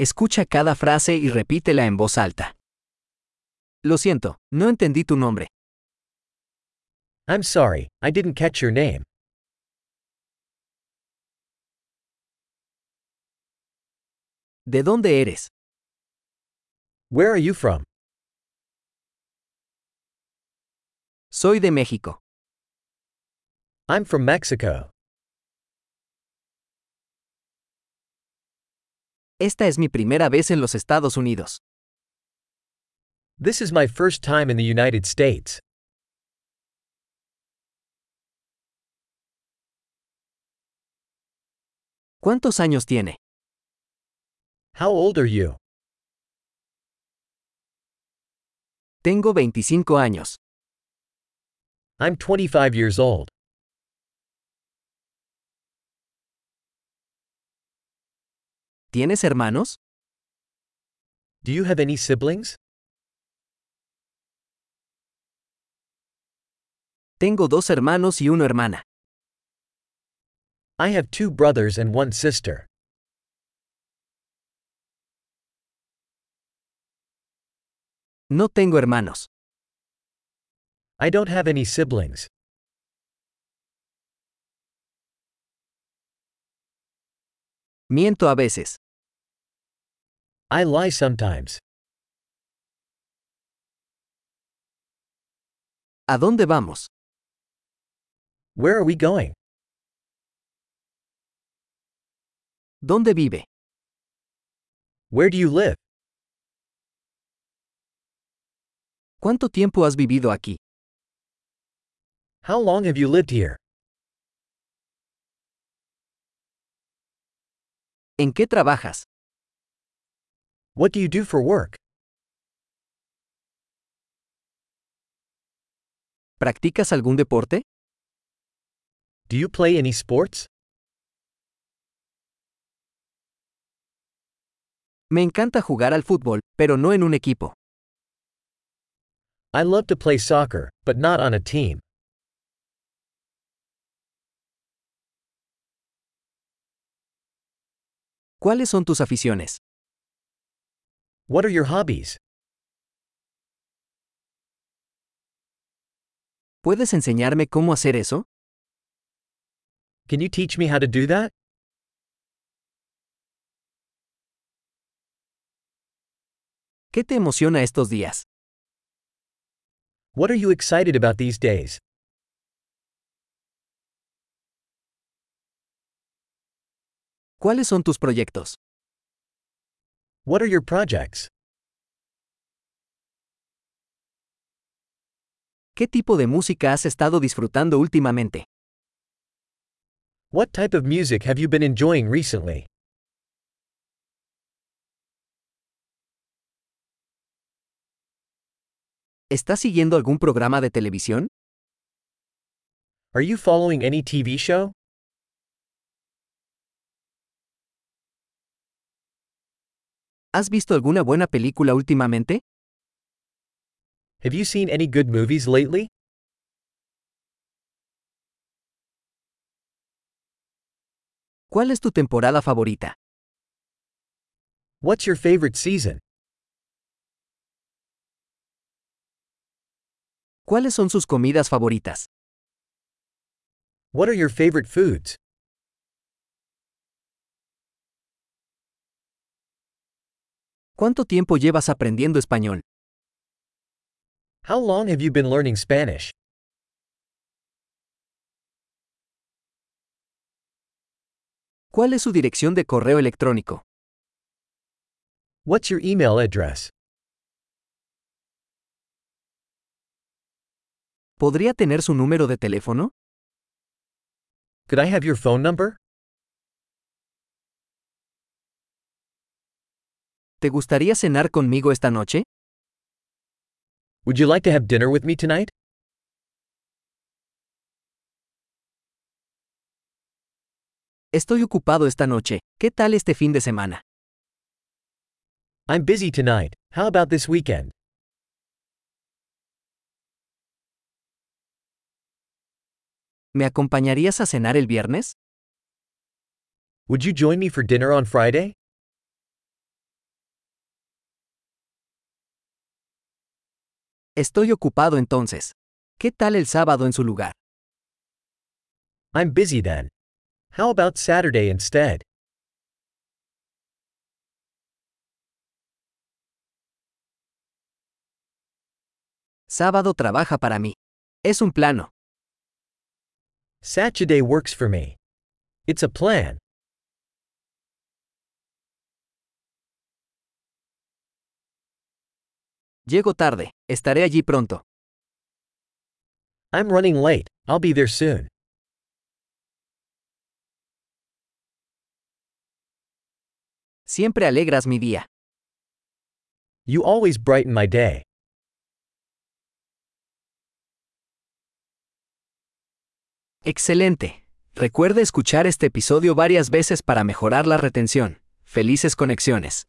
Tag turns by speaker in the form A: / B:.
A: Escucha cada frase y repítela en voz alta. Lo siento, no entendí tu nombre.
B: I'm sorry, I didn't catch your name.
A: ¿De dónde eres?
B: Where are you from?
A: Soy de México.
B: I'm from Mexico.
A: Esta es mi primera vez en los Estados Unidos.
B: This is my first time in the United States.
A: ¿Cuántos años tiene?
B: How old are you?
A: Tengo 25 años.
B: I'm 25 years old.
A: ¿Tienes hermanos?
B: Do you have any siblings?
A: Tengo dos hermanos y una hermana.
B: I have two brothers and one sister.
A: No tengo hermanos.
B: I don't have any siblings.
A: Miento a veces.
B: I lie sometimes.
A: ¿A dónde vamos?
B: Where are we going?
A: ¿Dónde vive?
B: Where do you live?
A: ¿Cuánto tiempo has vivido aquí?
B: How long have you lived here?
A: ¿En qué trabajas?
B: What do you do for work?
A: ¿Practicas algún deporte?
B: Do you play any sports?
A: Me encanta jugar al fútbol, pero no en un equipo.
B: I love to play soccer, but not on a team.
A: ¿Cuáles son tus aficiones?
B: What are your hobbies?
A: ¿Puedes enseñarme cómo hacer eso?
B: Can you teach me how to do that?
A: ¿Qué te emociona estos días?
B: What are you excited about these days?
A: ¿Cuáles son tus proyectos?
B: What are your projects?
A: ¿Qué tipo de música has estado disfrutando últimamente?
B: What type of music have you been enjoying recently?
A: ¿Estás siguiendo algún programa de televisión?
B: Are you following any TV show?
A: ¿Has visto alguna buena película últimamente?
B: Have you seen any good movies lately?
A: ¿Cuál es tu temporada favorita?
B: What's your favorite season?
A: ¿Cuáles son sus comidas favoritas?
B: What are your favorite foods?
A: ¿Cuánto tiempo llevas aprendiendo español?
B: How long have you been learning Spanish?
A: ¿Cuál es su dirección de correo electrónico?
B: What's your email address?
A: ¿Podría tener su número de teléfono?
B: Could I have your phone number?
A: ¿Te gustaría cenar conmigo esta noche?
B: Would you like to have dinner with me tonight?
A: Estoy ocupado esta noche. ¿Qué tal este fin de semana?
B: I'm busy tonight. How about this weekend?
A: ¿Me acompañarías a cenar el viernes?
B: Would you join me for dinner on Friday?
A: Estoy ocupado entonces. ¿Qué tal el sábado en su lugar?
B: I'm busy then. How about Saturday instead?
A: Sábado trabaja para mí. Es un plano.
B: Saturday works for me. It's a plan.
A: Llego tarde. Estaré allí pronto.
B: I'm running late. I'll be there soon.
A: Siempre alegras mi día.
B: You always brighten my day.
A: Excelente. Recuerda escuchar este episodio varias veces para mejorar la retención. Felices conexiones.